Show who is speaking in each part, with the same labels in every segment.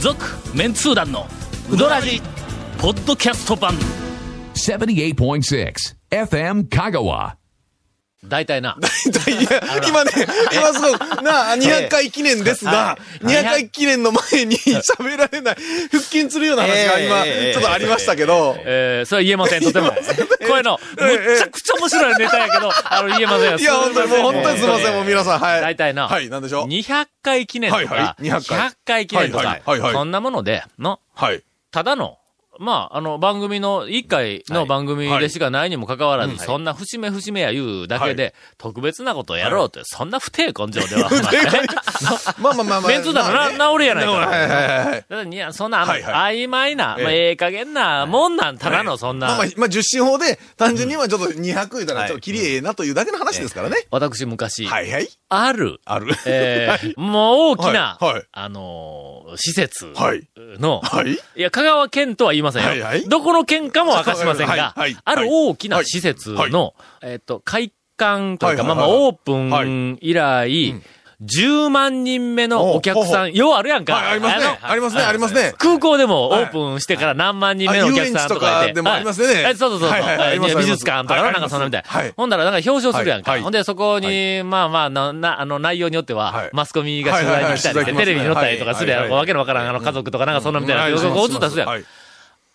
Speaker 1: 続メンツー団のウドラジポッドキャスト版
Speaker 2: 78.6 FM Kagawa.
Speaker 1: 大体な
Speaker 3: いや、 今ね、今すごく、なあ、200回記念ですが、200回記念の前に喋られない、腹筋するような話が今、
Speaker 4: ええ
Speaker 3: ちょっとありましたけど、
Speaker 1: えー、それは言えませんと てもこれのむっちゃくちゃ面白いネタやけどあの言えません
Speaker 3: いや、本当にもう本当にすいません、もう皆さん、はい。
Speaker 1: 大体な、
Speaker 3: はい、なんでしょう。
Speaker 1: 200回記念とか、
Speaker 3: はいはい200回
Speaker 1: 100回記念とか、
Speaker 3: はいはいはいはい
Speaker 1: そんなもので、の、
Speaker 3: はい。
Speaker 1: ただの、まあ、あの、番組の、一回の番組でしかないにもかかわらず、そんな節目節目や言うだけで、特別なことをやろうって、そんな不定根性で は。
Speaker 3: まあまあまあまあ。
Speaker 1: メンツーだ
Speaker 3: まあ
Speaker 1: のな、治るやない
Speaker 3: はい
Speaker 1: か。
Speaker 3: はいはいはい。
Speaker 1: ただにいや、そんな、あの
Speaker 3: はいは
Speaker 1: 曖昧な、
Speaker 3: ええ
Speaker 1: まあ、ええ加減なもんなん、ただの、そん
Speaker 3: まあ
Speaker 1: な
Speaker 3: まあ。、まあ、10進法で、単純にはちょっと200言うたら、ちょっときりええなというだけの話ですからね。
Speaker 1: 私、昔、
Speaker 3: はいはい。
Speaker 1: あ る、
Speaker 3: ある。
Speaker 1: えーもう大きな、
Speaker 3: はいはい
Speaker 1: あのー施設
Speaker 3: はい。
Speaker 1: の、
Speaker 3: はい。
Speaker 1: いや、香川県とは言いませんよ。
Speaker 3: はいはい
Speaker 1: どこの県かも明かしませんが、
Speaker 3: はいはい
Speaker 1: ある大きな施設の、
Speaker 3: はい
Speaker 1: えっと、開館というか、
Speaker 3: はいはいはい
Speaker 1: まあまあ、オープ
Speaker 3: は
Speaker 1: ン以来、10万人目のお客さん、
Speaker 3: お
Speaker 1: ようあるやんか。
Speaker 3: はい、ありますね。
Speaker 1: の
Speaker 3: ありますね、ありますね。
Speaker 1: 空港でもオープンしてから何万人目のお客さんとか
Speaker 3: あ遊
Speaker 1: いて。
Speaker 3: 園地とかでもありますよね
Speaker 1: はいえそうそうそうそ
Speaker 3: は
Speaker 1: う。
Speaker 3: いはいあります
Speaker 1: 美術館とか
Speaker 3: あ
Speaker 1: な
Speaker 3: ります
Speaker 1: なんかそんなみたい。
Speaker 3: はい
Speaker 1: ほんだらなんか表彰するやんか。
Speaker 3: はいはい
Speaker 1: ほんでそこに、
Speaker 3: は
Speaker 1: まあまあな、な、あの内容によっては、
Speaker 3: はい
Speaker 1: マスコミが取材に来たりして、
Speaker 3: はいはいはい
Speaker 1: テレビに載ったりとかするやん、
Speaker 3: はいはいはい
Speaker 1: わけのわからんあの家族とかなんかそんなみたいな。
Speaker 3: は
Speaker 1: こう映ったりするやん。
Speaker 3: はい。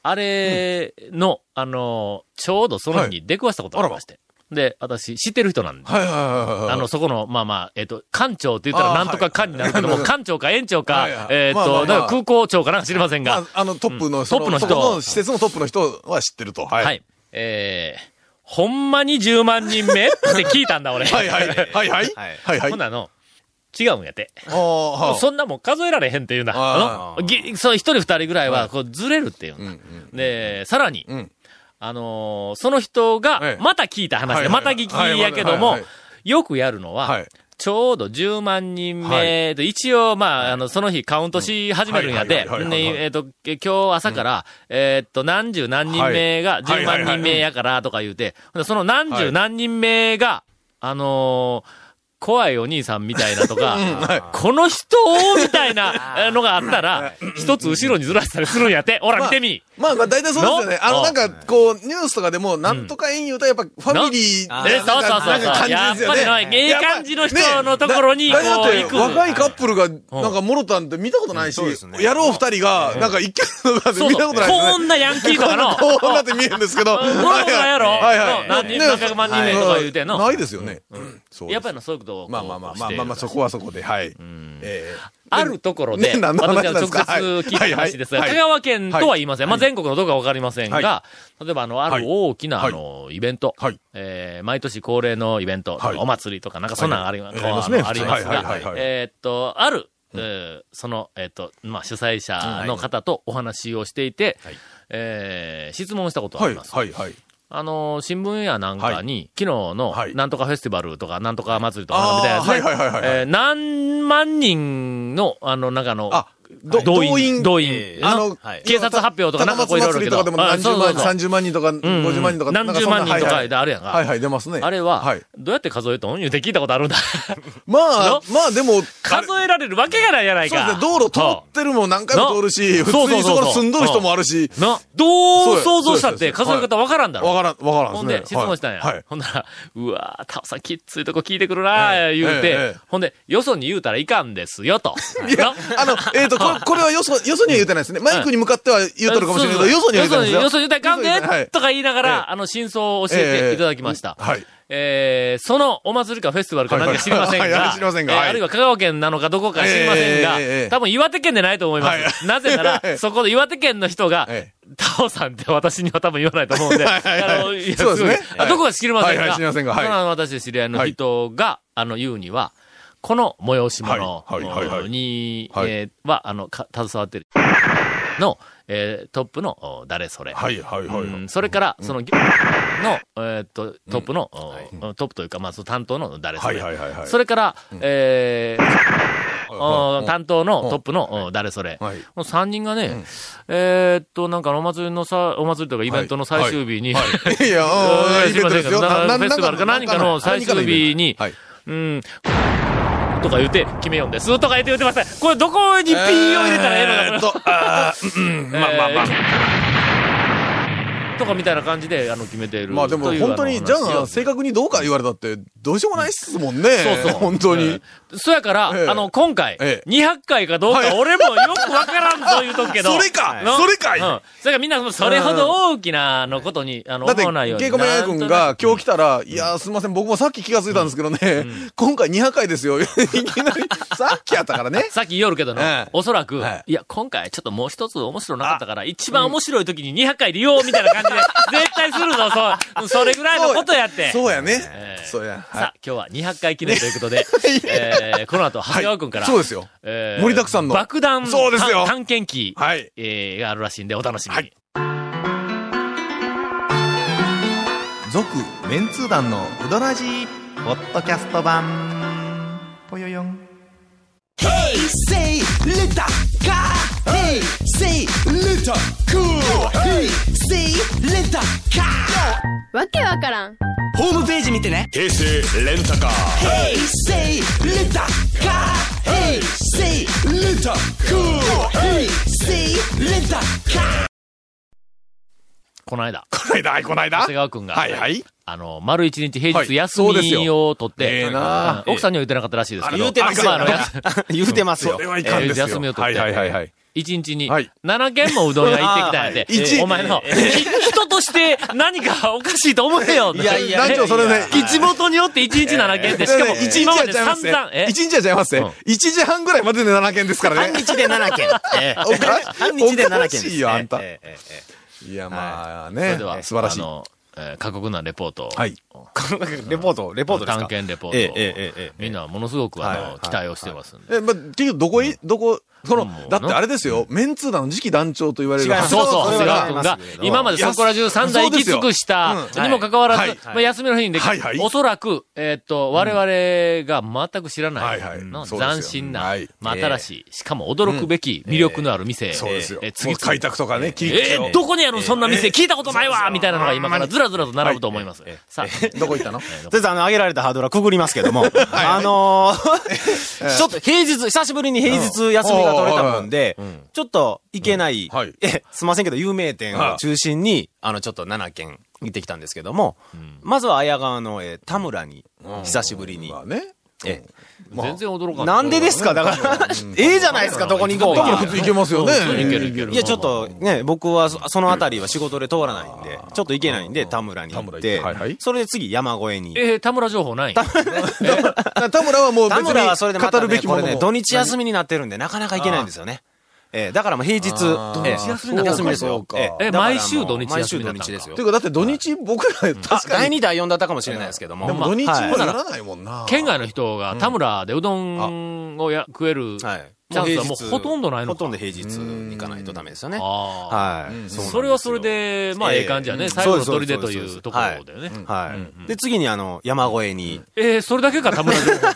Speaker 1: あれの、あの、ちょうどその日に出くわしたことがありまして。で、私、知ってる人なんで。
Speaker 3: はいはいはいはい。
Speaker 1: あの、そこの、まあまあ、えっ、と、館長って言った
Speaker 3: あ
Speaker 1: ら
Speaker 3: ー
Speaker 1: なんとか館になる けども、
Speaker 3: はい
Speaker 1: 館長か園長か、
Speaker 3: はいはい
Speaker 1: えっ、
Speaker 3: まあまあま
Speaker 1: と、
Speaker 3: あ
Speaker 1: なんか空港長かなんか知りませんが、
Speaker 3: まあ、あの、トップの、そ
Speaker 1: トップの人
Speaker 3: そこの施設のトップの人は知ってると。は。
Speaker 1: はいい、えー、ほんまに10万人目って聞いた んだ、俺。
Speaker 3: はいはい。はいはい。
Speaker 4: はい
Speaker 3: はいはい
Speaker 1: ほん。なの、違うんやって。
Speaker 3: ああはい
Speaker 1: そんなもん数えられへんっていうんだ。あ
Speaker 3: あ
Speaker 1: のぎそう、一人二人ぐらいは、こう、ずれるっていうんだ。で、さらに、
Speaker 3: ん
Speaker 1: あのーその人が
Speaker 3: え、え
Speaker 1: また聞いた話
Speaker 3: はい
Speaker 1: で、
Speaker 3: は
Speaker 1: ま
Speaker 3: い
Speaker 1: た
Speaker 3: はい
Speaker 1: 聞きやけど
Speaker 3: はい
Speaker 1: も
Speaker 3: はいはい、
Speaker 1: よくやるの
Speaker 3: は、
Speaker 1: はいちょうど10万人目で、一応、まあ、あの、その日カウントし始めるんやって
Speaker 3: うんはいはい、はいはいはい
Speaker 1: ねえっと、え今日朝から、えーっと、何十何人目が、
Speaker 3: は
Speaker 1: 10
Speaker 3: いは
Speaker 1: 万
Speaker 3: いはい
Speaker 1: 人目やからとか言うて、その何十何人目が、あのー怖いお兄さんみたいなと か、この人みたいなえーのがあったら、一つ後ろにずらしたりするんやって。ほら、見てみ。
Speaker 3: まあまあ大体そうですよね。
Speaker 1: の
Speaker 3: あのなんかこうニュースとかでもなんとか演言うとやっぱファミリー
Speaker 4: な
Speaker 3: な
Speaker 4: あ
Speaker 1: え、
Speaker 3: な
Speaker 1: そ
Speaker 3: ん
Speaker 1: う
Speaker 3: か
Speaker 1: そうそう
Speaker 3: なんか
Speaker 1: そう。や
Speaker 3: 感じ
Speaker 1: っ
Speaker 3: です
Speaker 1: ぱ
Speaker 3: よね。
Speaker 1: りの、ええ感じの人のところに、こ
Speaker 3: だ
Speaker 1: う、
Speaker 3: だ
Speaker 1: 行
Speaker 3: って若い
Speaker 1: く。
Speaker 3: カップルがなんかもろたんって見たことないし
Speaker 4: うんそうです、ね
Speaker 3: やろう二人がなんか一挙の中で
Speaker 1: そう
Speaker 3: 見た
Speaker 1: そ
Speaker 3: こ
Speaker 1: う。
Speaker 3: とないです
Speaker 1: こ
Speaker 3: ね。
Speaker 1: んなヤンキーとかの、
Speaker 3: こうなって見えるんですけど。
Speaker 1: こんなんやろ
Speaker 3: はいは
Speaker 1: の
Speaker 3: い。
Speaker 1: 何人何百万人目とか言うてんの
Speaker 3: ねないですよね。うんそうです
Speaker 1: やっぱりのそういうことをこう。
Speaker 3: まあまあまあまあ
Speaker 1: して
Speaker 3: まあまあ、そこはそこで、はい。ええ
Speaker 1: あるところで、
Speaker 3: ね何の
Speaker 1: 私
Speaker 3: 話な
Speaker 1: は
Speaker 3: んで
Speaker 1: 直
Speaker 3: す
Speaker 1: 接
Speaker 3: か
Speaker 1: 聞いた話ですが、
Speaker 3: はい
Speaker 1: 香
Speaker 3: はい
Speaker 1: 川県とは言いません。まあ
Speaker 3: は
Speaker 1: 全国のどこかわかりませんが
Speaker 3: は、
Speaker 1: 例えばあの、あ
Speaker 3: は
Speaker 1: る
Speaker 3: い
Speaker 1: 大きな
Speaker 3: は
Speaker 1: あ
Speaker 3: い
Speaker 1: の、イベント
Speaker 3: はい、
Speaker 1: えー毎年恒例のイベント
Speaker 3: は、い
Speaker 1: お祭りとかなんかそんなんありこう
Speaker 3: はいありますね
Speaker 1: あのあります
Speaker 3: はいはいはい
Speaker 1: が
Speaker 3: は、い
Speaker 1: えーっと、ある、えーその、えーっと、まあ主催者の方とお話をしていて、えー質問したことがあ
Speaker 3: は
Speaker 1: り
Speaker 3: い、
Speaker 1: ます。
Speaker 3: はい、はい。
Speaker 1: あのー、新聞やなんかに、昨日の
Speaker 3: は、い
Speaker 1: なんとかフェスティバルとか、なんとか祭りとか、なんかみたいなやつね
Speaker 3: あーはいはいはいはい
Speaker 1: えー何万人の、あの、中の、
Speaker 3: あ、ど
Speaker 1: 動員、動員、
Speaker 4: えー
Speaker 3: あ
Speaker 1: の
Speaker 3: の、
Speaker 1: 警察発表とか、なんかこういろいろ
Speaker 3: 七
Speaker 1: け
Speaker 3: 夕祭りと
Speaker 1: ど、
Speaker 3: かでも何十
Speaker 1: あ
Speaker 3: 万
Speaker 1: そう
Speaker 3: 人、
Speaker 1: そうそう
Speaker 3: 三十万人とか、
Speaker 1: うん
Speaker 3: 五十万人とか、
Speaker 1: 何
Speaker 3: なんか
Speaker 1: 十
Speaker 3: そんな
Speaker 1: 万人と
Speaker 3: は
Speaker 1: か
Speaker 3: い
Speaker 1: で
Speaker 3: はい
Speaker 1: あるやん
Speaker 3: はい
Speaker 1: か。
Speaker 3: はい、出ますね。
Speaker 1: あれは
Speaker 3: はい、
Speaker 1: どうやって数えたん言うて聞いたことあるんだ。
Speaker 3: ま あ、まあでも、あれ
Speaker 1: 数えられるわけがないやない
Speaker 3: そうです
Speaker 1: か
Speaker 3: ね、。道路通ってるもん何回も通るし、
Speaker 1: な
Speaker 3: 普
Speaker 1: そう
Speaker 3: 通
Speaker 1: そう
Speaker 3: に
Speaker 1: そ
Speaker 3: そ
Speaker 1: うそう
Speaker 3: こに住んどる人もあるし、
Speaker 1: な、どう
Speaker 3: そう
Speaker 1: 想像したって
Speaker 3: そう
Speaker 1: 数
Speaker 3: そう
Speaker 1: え方わからんだろ。
Speaker 3: わからん、わから
Speaker 1: ほ
Speaker 3: ん
Speaker 1: ん
Speaker 3: ですね。
Speaker 1: で、質問したんや。
Speaker 3: はい。
Speaker 1: ほんなら、うわー、タオさんきっついとこ聞いてくるなー、
Speaker 3: ええ
Speaker 1: 言うて、
Speaker 3: ええええ
Speaker 1: ほんで、よそに言うたらいかんですよ、と。
Speaker 3: いや、あの、えっ と、これこれはよそ、よそには言うてないですね。マイクに向かっては言うとるかもしれないけど、よそには言うてないです
Speaker 1: よ。
Speaker 3: よ。
Speaker 1: よそに言うたらあかんで、
Speaker 3: はい
Speaker 1: とか言いながら、
Speaker 3: え
Speaker 1: あの、真相を教えていただきました。
Speaker 3: ええはい。
Speaker 1: えーそのお祭りかフェスティバルか何か知りませんが、
Speaker 3: はいはい知りませんが
Speaker 1: えー
Speaker 3: はい
Speaker 1: あるいは香川県なのかどこか知りませんが、
Speaker 3: ええええええ
Speaker 1: 多分岩手県でないと思います。
Speaker 3: はい
Speaker 1: なぜな ら、そこの岩手県の人が、
Speaker 3: え
Speaker 1: タオさんって私には多分言わないと思うん で、
Speaker 3: はいはいはい
Speaker 1: あのいや
Speaker 3: そうですね
Speaker 1: ごいあどこか知りませんが、
Speaker 3: はいはい知りませんがはい
Speaker 1: その私の知り合いの人が、あの、言うには、この催し物
Speaker 3: はいはいはいはい
Speaker 1: に、
Speaker 3: はい
Speaker 1: えーは、あの、か携わってる、の、えートップの、お誰それ、
Speaker 3: はい、はい、はい。
Speaker 1: うんそれから、その、の、えーっと、トップの、おトップというか、まあ、その担当の誰そ
Speaker 3: はい、
Speaker 1: れ。
Speaker 3: はい、はいはい。
Speaker 1: それから、えー
Speaker 3: は
Speaker 1: お
Speaker 3: い
Speaker 1: 担当のトップの、お誰それ。
Speaker 3: はい
Speaker 1: もう3人がね、えーっと、なんか、お祭りのさ、お祭りというか、イベントの最終日に、
Speaker 3: いや、
Speaker 1: えー
Speaker 3: イベントですよ。
Speaker 1: 知りませんけど
Speaker 3: なな
Speaker 1: フェスティバルか何かの最終日に
Speaker 3: はい。
Speaker 1: うん、 とか言うて、決めよんです、とか言って言ってました。これどこにピーを入れたらええのかな
Speaker 3: えーっと、あーうん、まあまあまあ。
Speaker 1: とかみたいな感じで、あの、決めている。
Speaker 3: まあでも
Speaker 1: という
Speaker 3: 本当
Speaker 1: あ
Speaker 3: に、
Speaker 1: の
Speaker 3: じゃ
Speaker 1: 話を
Speaker 3: あ正確にどうか言われたって、どうしようもないっすもんね。
Speaker 1: そうそう。
Speaker 3: 本当
Speaker 1: え
Speaker 3: に
Speaker 1: え。。そうやから、
Speaker 3: ええ
Speaker 1: あの、今回、
Speaker 3: ええ
Speaker 1: 200回かどうか、
Speaker 3: はい
Speaker 1: 俺もよくわからんと言うとくけど。
Speaker 3: それか
Speaker 1: の
Speaker 3: それかい
Speaker 1: うん。それからみんな、それほど大きな、あのことに、あの、
Speaker 3: だって、
Speaker 1: 思わないように。
Speaker 3: 稽古メヤ君
Speaker 1: なん
Speaker 3: が
Speaker 1: と
Speaker 3: 今日来たら、いやーすいません、僕もさっき気がついたんですけどね、今回200回ですよ。いきなり、さっきやったからね
Speaker 1: なく。さっき言おるけど
Speaker 3: え
Speaker 1: な
Speaker 3: え、
Speaker 1: おそらく
Speaker 3: は、
Speaker 1: いや、今回ちょっともう一つ面白なかったから、一番面白い時に200回で言おうみたいな感じ で、絶対するぞ、そう、それぐらいのことやって。
Speaker 3: そうやね
Speaker 1: え。え
Speaker 3: そうや。はい
Speaker 1: さあ、今日は200回記念ということ で、えーこの後、長谷川君から、
Speaker 3: そうですよ。
Speaker 1: え
Speaker 3: 盛りだくさんの
Speaker 1: 爆弾
Speaker 3: そうですよ
Speaker 1: 探探検機、
Speaker 3: はい。
Speaker 1: えーがあるらしいんで、お楽しみに。
Speaker 3: はい
Speaker 4: 続メンツー団のウドラジーポッドキャスト版ぽよよん
Speaker 5: Say little car. Hey, say little cool. Hey, say little car.
Speaker 6: わけわからん
Speaker 5: ホームページ見てね。平成レンタカー。Hey, say little car. Hey, say little cool. Hey, say little car.
Speaker 1: この間、
Speaker 3: こないだ、はいこない
Speaker 1: 長
Speaker 3: だ
Speaker 1: 谷。川君が、
Speaker 3: はいはい。
Speaker 1: あの、丸一日平
Speaker 3: は
Speaker 1: 日
Speaker 3: い
Speaker 1: 休
Speaker 3: そうです
Speaker 1: み
Speaker 3: よ
Speaker 1: を取って、
Speaker 3: ええな
Speaker 1: うん奥さんには言ってなかったらしいですけど、
Speaker 7: 言うてます
Speaker 1: ま
Speaker 7: よ
Speaker 1: ああのや
Speaker 7: 言うてますよ
Speaker 3: それ。はいかんですよ。
Speaker 1: えー休みを取って
Speaker 3: はいはいはいはい。
Speaker 1: 一日に
Speaker 3: はい、
Speaker 1: 7軒もうどん屋行ってきたんやで
Speaker 3: 一
Speaker 1: お前の、ひ人として何かおかしいと思えよ。
Speaker 7: いやいや
Speaker 3: 団長それね、
Speaker 1: 一元によって一日7軒って、しかも
Speaker 3: ね一日
Speaker 1: 今ま
Speaker 3: は
Speaker 1: で
Speaker 3: ちゃいま
Speaker 1: 散
Speaker 3: すね
Speaker 1: 々、え。
Speaker 3: 一日はちゃいます
Speaker 1: う
Speaker 3: ね
Speaker 1: ん。
Speaker 3: 一時半ぐらいまでで7件ですから
Speaker 7: 半
Speaker 3: ね。
Speaker 7: 日で7件。 ええ
Speaker 3: おか
Speaker 7: 半日で7件
Speaker 3: おか
Speaker 7: です。
Speaker 3: しいよ、あんた
Speaker 7: え。ええええ
Speaker 3: いや、まあ
Speaker 1: それ
Speaker 3: ね
Speaker 1: では、、
Speaker 3: 素晴らしい
Speaker 1: あ。の、えー過酷なレポートを。
Speaker 3: はい。
Speaker 7: このレポート、レポートですか
Speaker 1: 探検レポートを。
Speaker 7: ええええええ
Speaker 1: みんなものすごく、あの、
Speaker 7: はい
Speaker 1: 期待をしてますんで。
Speaker 3: え、まあ、結局、どこい、どこ、その
Speaker 1: もう、
Speaker 3: だってあれですよ、メンツーダの次期団長と言われる。
Speaker 7: 違います
Speaker 1: そうそう、長
Speaker 7: そ
Speaker 1: 谷
Speaker 7: れは
Speaker 1: 川君が
Speaker 7: ありますけ、ど
Speaker 1: 今までそこら中散々行き尽くし
Speaker 3: そう
Speaker 1: た
Speaker 3: で、
Speaker 7: ようん
Speaker 1: にもかかわらず、
Speaker 3: はい
Speaker 1: まあ、休みの日にで、
Speaker 3: はいはい
Speaker 1: おそらく、えーっと、我々が全く知らな、
Speaker 3: はいいはい
Speaker 1: の
Speaker 3: そうですよ
Speaker 1: 斬新な、
Speaker 3: はい
Speaker 1: まあ、新しい、しかも驚くべき魅力のある店、
Speaker 3: そうですよ。
Speaker 1: えー
Speaker 3: も
Speaker 1: 次
Speaker 3: う開
Speaker 1: 々。
Speaker 3: 拓とかね、切り口
Speaker 1: え
Speaker 3: を
Speaker 1: ー、どこにあるそんな店、
Speaker 3: えー
Speaker 1: 聞いたことない
Speaker 3: そう
Speaker 1: わ
Speaker 3: そう
Speaker 1: みたいなのが今からずらずらと並ぶと思います
Speaker 7: ええええ。
Speaker 1: さあ、
Speaker 3: どこ行ったの
Speaker 1: えー
Speaker 7: とりあえず、あの、上げられたハードルはくぐりますけど も、あのーちょっと平日、久しぶりに平日休みが取れたもんで、ちょっと行けない、
Speaker 3: うんはい
Speaker 7: え、 すいませんけど、有名店を中心に、あの、ちょっと7軒行ってきたんですけども、まずは綾川の、えー田村に、久しぶりに、
Speaker 3: まあね。
Speaker 7: え
Speaker 1: 全然驚かない。
Speaker 7: なんでですかだから、ええじゃないですか、どこに行こう
Speaker 3: だから
Speaker 7: が
Speaker 3: 普通行けますよね。
Speaker 1: 普通に行ける行ける
Speaker 7: いや、ちょっとね、僕はそその辺りは仕事で通らないんで、ちょっと行けないんで、田村に行っ
Speaker 3: 田村行って
Speaker 7: て
Speaker 3: はいはい、
Speaker 7: それで次山越えに。
Speaker 1: えー、田村情報ない
Speaker 3: な田村はもう別
Speaker 7: 田村はそれで
Speaker 3: に
Speaker 7: ま
Speaker 3: 語
Speaker 7: た
Speaker 3: るべ
Speaker 7: ね、
Speaker 3: き
Speaker 7: こ
Speaker 3: も
Speaker 7: れ
Speaker 3: の
Speaker 7: ね、
Speaker 3: も。
Speaker 7: 土日休みになってるんで、なかなか行けないんですよね。えーだからもう平日、えー
Speaker 3: 土日休みなんだ
Speaker 7: 休みです
Speaker 3: そう
Speaker 7: よ
Speaker 3: か。
Speaker 7: えー
Speaker 1: え
Speaker 7: だからもう
Speaker 1: 毎週土日
Speaker 7: 毎
Speaker 1: 休
Speaker 7: 週
Speaker 1: みだったん
Speaker 7: 土
Speaker 1: か
Speaker 7: 日ですよ
Speaker 3: とい。うか、だって土日僕ら、
Speaker 7: あ
Speaker 3: 確か
Speaker 7: 第
Speaker 3: に。
Speaker 7: 2、第4だったかもしれないですけども。
Speaker 3: でも土日も
Speaker 7: は
Speaker 3: ならないもんな。
Speaker 1: 県外の人が田村でうどんをや食える
Speaker 7: い。はい。
Speaker 1: チャンスはも
Speaker 7: 平
Speaker 1: う
Speaker 7: 日
Speaker 1: ほとんどないのか
Speaker 7: ほとんど平日に行かないとダメですよね。
Speaker 1: ああ。
Speaker 7: はい。うなんですよ
Speaker 1: それはそれ、で、まあ、
Speaker 7: ええ
Speaker 1: ええ感じやね。
Speaker 7: うん
Speaker 1: 最後の
Speaker 7: そう
Speaker 1: 砦
Speaker 7: です
Speaker 1: とい
Speaker 7: そうです
Speaker 1: うところだよね。
Speaker 7: はい。で、次にあの、山越えに。
Speaker 1: ええ、それだけか、田村 情報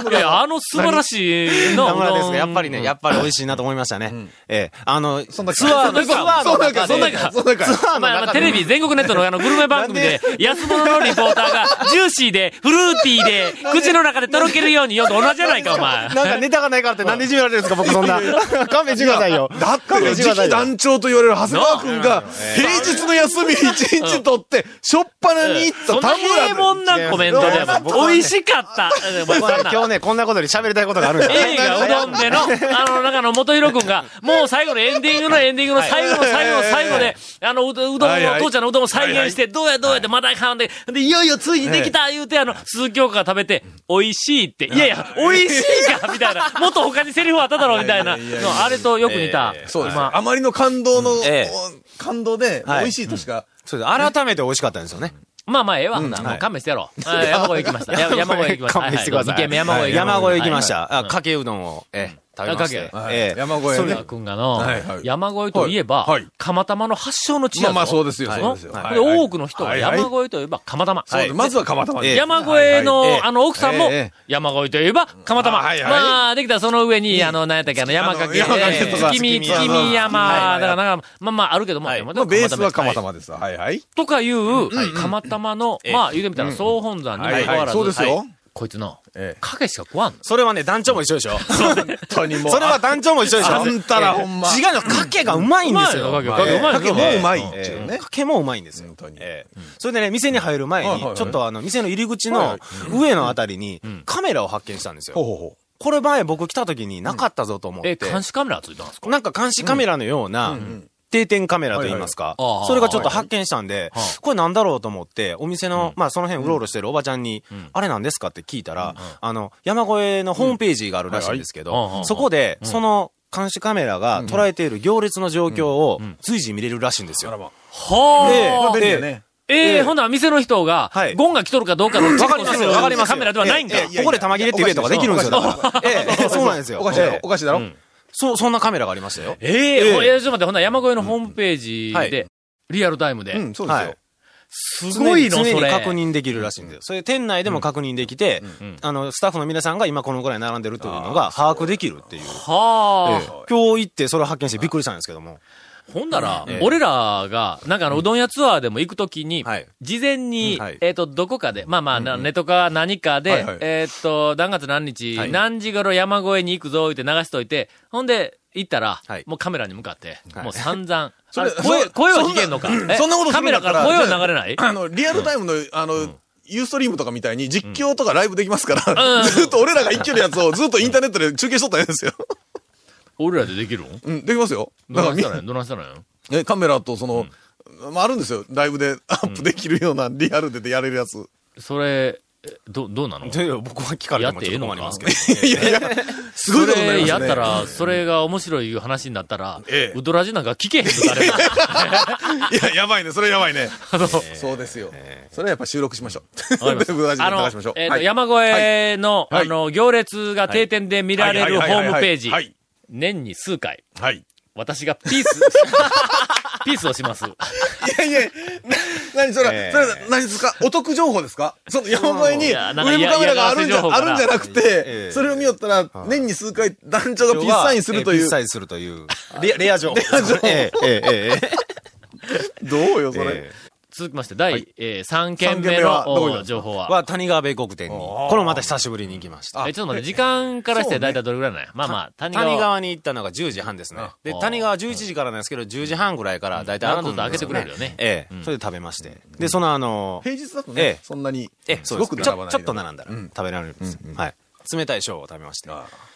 Speaker 1: って。いや、あの素晴らしいの。
Speaker 7: 田村ですが、やっぱりね、やっぱり美味しいなと思いましたね。ええ、 あの、ツアーの、ツアー
Speaker 3: そ
Speaker 7: の
Speaker 3: んなか、
Speaker 7: 中
Speaker 3: そんな
Speaker 7: で、
Speaker 3: か、そんなか。
Speaker 7: ツアーの
Speaker 1: まあ、まあ
Speaker 7: 中
Speaker 1: テ
Speaker 7: で、
Speaker 1: レビ、全国ネットのあの、グルメ番組で、安物のリポーターが、ジューシーで、フルーティーで、口の中でとろけるように読んで同じじゃ ないか、お前。
Speaker 7: なんかネタがないからってなんでいじめられるんですか、僕そんな。勘弁してくださいよ。
Speaker 3: だって、次期団長と言われる長谷川君が、平日の休み一日取って、しょっぱなに行っ
Speaker 1: そ
Speaker 3: た
Speaker 1: んな
Speaker 3: 田村
Speaker 1: 平凡なコメントで、美味しかった。お前
Speaker 7: 僕は
Speaker 1: そん
Speaker 7: ね
Speaker 1: な
Speaker 7: 今日ね、こんなことより喋りたいことがあるんです
Speaker 1: 映画うどんでの、あの、中の元弘くんが、もう最後のエンディングのエンディングの最後の最後の最後で、あの、うどんうどんを、
Speaker 3: はいはい
Speaker 1: 父ちゃんのうどんを再現して、どうやどうやってまた噛んで、で、いよいよついにできた言うて、あの、鈴木京香が食べて、美味しいって、いやいや、美味しいかみたいな、もっと他にセリフあっただろうみたいな、の
Speaker 3: いやいやいやいや
Speaker 1: あれとよく似た。
Speaker 3: そうですね。
Speaker 1: まあ
Speaker 3: あまりの感動の
Speaker 7: ええ、
Speaker 3: 感動で、美
Speaker 7: はい
Speaker 3: 味しいとしか。
Speaker 7: それで改めて美味しかったんですよね。
Speaker 1: まあまあ、ええわ。もう
Speaker 7: はい
Speaker 1: 勘弁してやろう。あ山越え行きました。や山越え行きました。
Speaker 7: 勘弁してください。
Speaker 1: 2軒目山越え
Speaker 7: 山越え行きまし
Speaker 1: はい
Speaker 7: た。あかけうどんを、ええ、食べまして
Speaker 1: あ。
Speaker 3: はい
Speaker 7: ええ
Speaker 3: 山越え
Speaker 1: そ
Speaker 3: ね
Speaker 1: れ。君がの
Speaker 3: はいはい、
Speaker 1: 山越えといえば
Speaker 3: はいはい、
Speaker 1: 釜玉の発祥の地や
Speaker 3: まあ
Speaker 1: ぞ
Speaker 3: まあ、そうですよ、
Speaker 1: はい
Speaker 3: そうですよ。はい
Speaker 1: で、多くの人が
Speaker 3: はいはい
Speaker 1: 山越えといえば釜玉。
Speaker 3: そうですまずは釜玉
Speaker 7: え
Speaker 3: で
Speaker 7: え。
Speaker 1: 山越え
Speaker 3: はいはいええ
Speaker 1: の、あの、奥さんも
Speaker 3: ええ、
Speaker 1: 山越えといえば、釜玉。
Speaker 3: あはいはい
Speaker 1: まあ、できたらその上に、あの、何やったっけ、あの、山かけ、え
Speaker 3: あの山かけと
Speaker 1: え
Speaker 3: か
Speaker 1: 月見、
Speaker 3: 月見
Speaker 1: 月見
Speaker 3: は
Speaker 1: 山、
Speaker 3: い
Speaker 1: だからなんか、まあまあ、あるけども、山
Speaker 3: まあ、ベースは
Speaker 1: 玉
Speaker 3: 釜
Speaker 1: です
Speaker 3: 玉です。はいはい。
Speaker 1: とかいう、釜玉の、まあ、言うてみたら、総本山にも
Speaker 3: はい
Speaker 1: かかわ
Speaker 3: はい。
Speaker 1: らず
Speaker 3: そうで、すよ。
Speaker 1: こいつな、
Speaker 3: ええ
Speaker 1: 影しか食わんの。
Speaker 7: それはね、団長も一緒でしょ。
Speaker 3: 本当にもう。
Speaker 7: それは団長も一緒でしょ。
Speaker 3: あんたらほんま
Speaker 7: 違うの、かけがうまいんですよ。
Speaker 1: うまいよ
Speaker 7: か
Speaker 1: かけ
Speaker 7: け
Speaker 1: うまい
Speaker 3: かけもううまいっていうね。
Speaker 7: かけもうまいんですよ。
Speaker 3: 本当に
Speaker 7: ええそれでね、店に入る前
Speaker 3: はいはいは
Speaker 7: に、
Speaker 3: い
Speaker 7: ちょっとあの、店の入り口の上のあたりに、カメラを発見したんです
Speaker 3: ほう
Speaker 7: よ。
Speaker 3: ほうほ
Speaker 7: これ前僕来た時になかったぞと思っ
Speaker 1: え、
Speaker 7: て。
Speaker 1: 監視カメラついてますか
Speaker 7: なんか監視カメラのような、定点カメラと言います
Speaker 1: は
Speaker 7: か
Speaker 1: いはいああ。
Speaker 7: それがちょっと発見したんで
Speaker 1: はい、
Speaker 7: これなんだろうと思って、お店の、まあその辺うろうろしてるおばちゃんに、あれなんですかって聞いたら、あの、山越えのホームページがあるらしいんですけ
Speaker 1: うんはいはいあああ
Speaker 7: ど
Speaker 1: あ、
Speaker 7: そこで、その監視カメラが捉えている行列の状況を随時見れるらしいんですよ。
Speaker 1: は
Speaker 3: う。
Speaker 1: あ。
Speaker 3: 便利だね。
Speaker 1: ええ、ほんなら店の人が
Speaker 7: はい、
Speaker 1: ゴンが来とるかどうかのチェック
Speaker 7: わかり
Speaker 1: を
Speaker 7: ますす
Speaker 1: る
Speaker 7: よ、わかりますよ。
Speaker 1: カメラではないんか。
Speaker 7: ええここで玉切れって言えとかできるんですよ、だから。え え、そうなんですよ。
Speaker 3: おかしいだろ
Speaker 7: ええ
Speaker 3: おかしいだろ
Speaker 7: そう、そんなカメラがありましたよ。
Speaker 1: え
Speaker 7: ええ
Speaker 1: え、おいやちょっと待って、ほんなら山越えのホームページ
Speaker 7: はい
Speaker 1: で、リアルタイム
Speaker 3: う
Speaker 1: で。
Speaker 3: ん、そうです
Speaker 7: はい
Speaker 3: よ。
Speaker 1: すごいの、そ
Speaker 7: 常に常に
Speaker 1: れ。
Speaker 7: 確認できるらしいんですよ。それ店内でも確認できて、あの、スタッフの皆さんが今このぐらい並んでるというのが把握できるっていう。ええ
Speaker 1: はあ。
Speaker 7: 今日行ってそれを発見してびっくりしたんですけども。
Speaker 1: ほんなら
Speaker 7: ええ、
Speaker 1: 俺らが、なんかあの、うどん屋ツアーでも行くときに
Speaker 7: はい、
Speaker 1: 事前に
Speaker 7: うんはい、
Speaker 1: えっと、どこかで、まあまあ、なネトか何か
Speaker 3: はい
Speaker 1: で
Speaker 3: はい、
Speaker 1: えっと、何月何
Speaker 7: は
Speaker 1: 日、
Speaker 7: い
Speaker 1: 何時頃山越えに行くぞ、って流しといて、ほんで、行ったら
Speaker 7: はい、
Speaker 1: もうカメラに向かって、
Speaker 7: はい
Speaker 1: もう散々、
Speaker 3: そ
Speaker 1: あ
Speaker 3: れ
Speaker 1: れ声、
Speaker 3: そ
Speaker 1: 声は聞けんのか。え
Speaker 3: そんなことす
Speaker 1: カ
Speaker 3: るん
Speaker 1: メ
Speaker 3: だっ
Speaker 1: ラ
Speaker 3: た
Speaker 1: からら声は流れない
Speaker 3: あの、リアルタイムの、あの、ユーストリームとかみたいに実況とかライブできますか
Speaker 1: う
Speaker 3: ら、
Speaker 1: ん
Speaker 3: ずっと俺らが一挙のやつをずっとインターネットで中継しとったらええんですよ。
Speaker 1: 俺らでで きるん
Speaker 3: うん、できますよ。
Speaker 1: ど
Speaker 3: だから
Speaker 1: ない
Speaker 3: み
Speaker 1: したらやんどないしたらやん
Speaker 3: え、カメラとその、まあ、あるんですよ。ライブでアップできるような、リアルででやれるやつ。
Speaker 1: それ、えど、どうなの
Speaker 7: で僕は聞かれてもちょっと困りますけど。
Speaker 3: いやいや、 すごいこ
Speaker 1: そ
Speaker 3: とになり
Speaker 1: れ
Speaker 3: まし
Speaker 1: や
Speaker 3: た
Speaker 1: っ
Speaker 3: ね。
Speaker 1: たら、それが面白い話になったら
Speaker 3: え、え
Speaker 1: ウドラジなんか聞けへんの誰も
Speaker 3: いや、やばいね。それやばいね。
Speaker 1: あの
Speaker 3: そうですよ。それはやっぱ収録しましょう。
Speaker 1: わかりま した
Speaker 3: ブラジル
Speaker 1: あ
Speaker 3: に
Speaker 1: の
Speaker 3: 流しましょう。
Speaker 1: えーと
Speaker 3: はい
Speaker 1: 山越えの、
Speaker 3: はい
Speaker 1: あの、行列が定点で見られるホ
Speaker 3: はいはいはいはい
Speaker 1: ームページ。
Speaker 3: はい
Speaker 1: 年に数回、
Speaker 3: はい。
Speaker 1: 私がピ ース、ピースをします。
Speaker 3: いやいや、な、何それ、
Speaker 7: ええ
Speaker 3: それ、何ですかお得情報ですかその山前に、ウ
Speaker 1: いや
Speaker 3: ェ
Speaker 1: なんか
Speaker 3: ブカメラがあるんじ
Speaker 1: いや
Speaker 3: ゃ、
Speaker 1: いや
Speaker 3: あるんじゃなく
Speaker 7: え
Speaker 3: て、
Speaker 7: え
Speaker 3: それを見よったら、年に数回団長がピースサインすると
Speaker 7: ええ
Speaker 3: い
Speaker 7: ピッ
Speaker 3: う
Speaker 7: サ。インするという。レレア情報。レア情報。ええ、ええ、ええ。
Speaker 3: どうよ、そ
Speaker 7: え
Speaker 3: れ。
Speaker 1: 続きまして、第、え3件目
Speaker 3: 三件目は
Speaker 1: の
Speaker 3: どこ行き
Speaker 1: お
Speaker 3: ます
Speaker 1: 情報は。
Speaker 7: は谷川米国店に。これもまた久しぶりに行きました。
Speaker 1: え、ちょっと待って、時間からして大体どれぐらいなんや。まあまあ、谷川。
Speaker 7: 谷川に行ったのが10時半ですね。で、
Speaker 1: あー
Speaker 7: 谷川11時からなんですけど、10時半ぐらいから大体開くん
Speaker 1: 並ん
Speaker 7: ですよ、ね。
Speaker 1: でたら開けてくれるよね
Speaker 7: ええ。それで食べまして。で、そのあの、
Speaker 3: 平日だと
Speaker 7: え
Speaker 3: ね
Speaker 7: え、
Speaker 3: そんなに、
Speaker 7: ええ、
Speaker 3: す
Speaker 7: そう
Speaker 3: ご
Speaker 7: で
Speaker 3: く
Speaker 7: す。
Speaker 3: 並
Speaker 7: ち
Speaker 3: ばな
Speaker 7: ょ
Speaker 3: い。
Speaker 7: ちょっと並んだら食べられるんです。はい。冷たい醤を食べまして。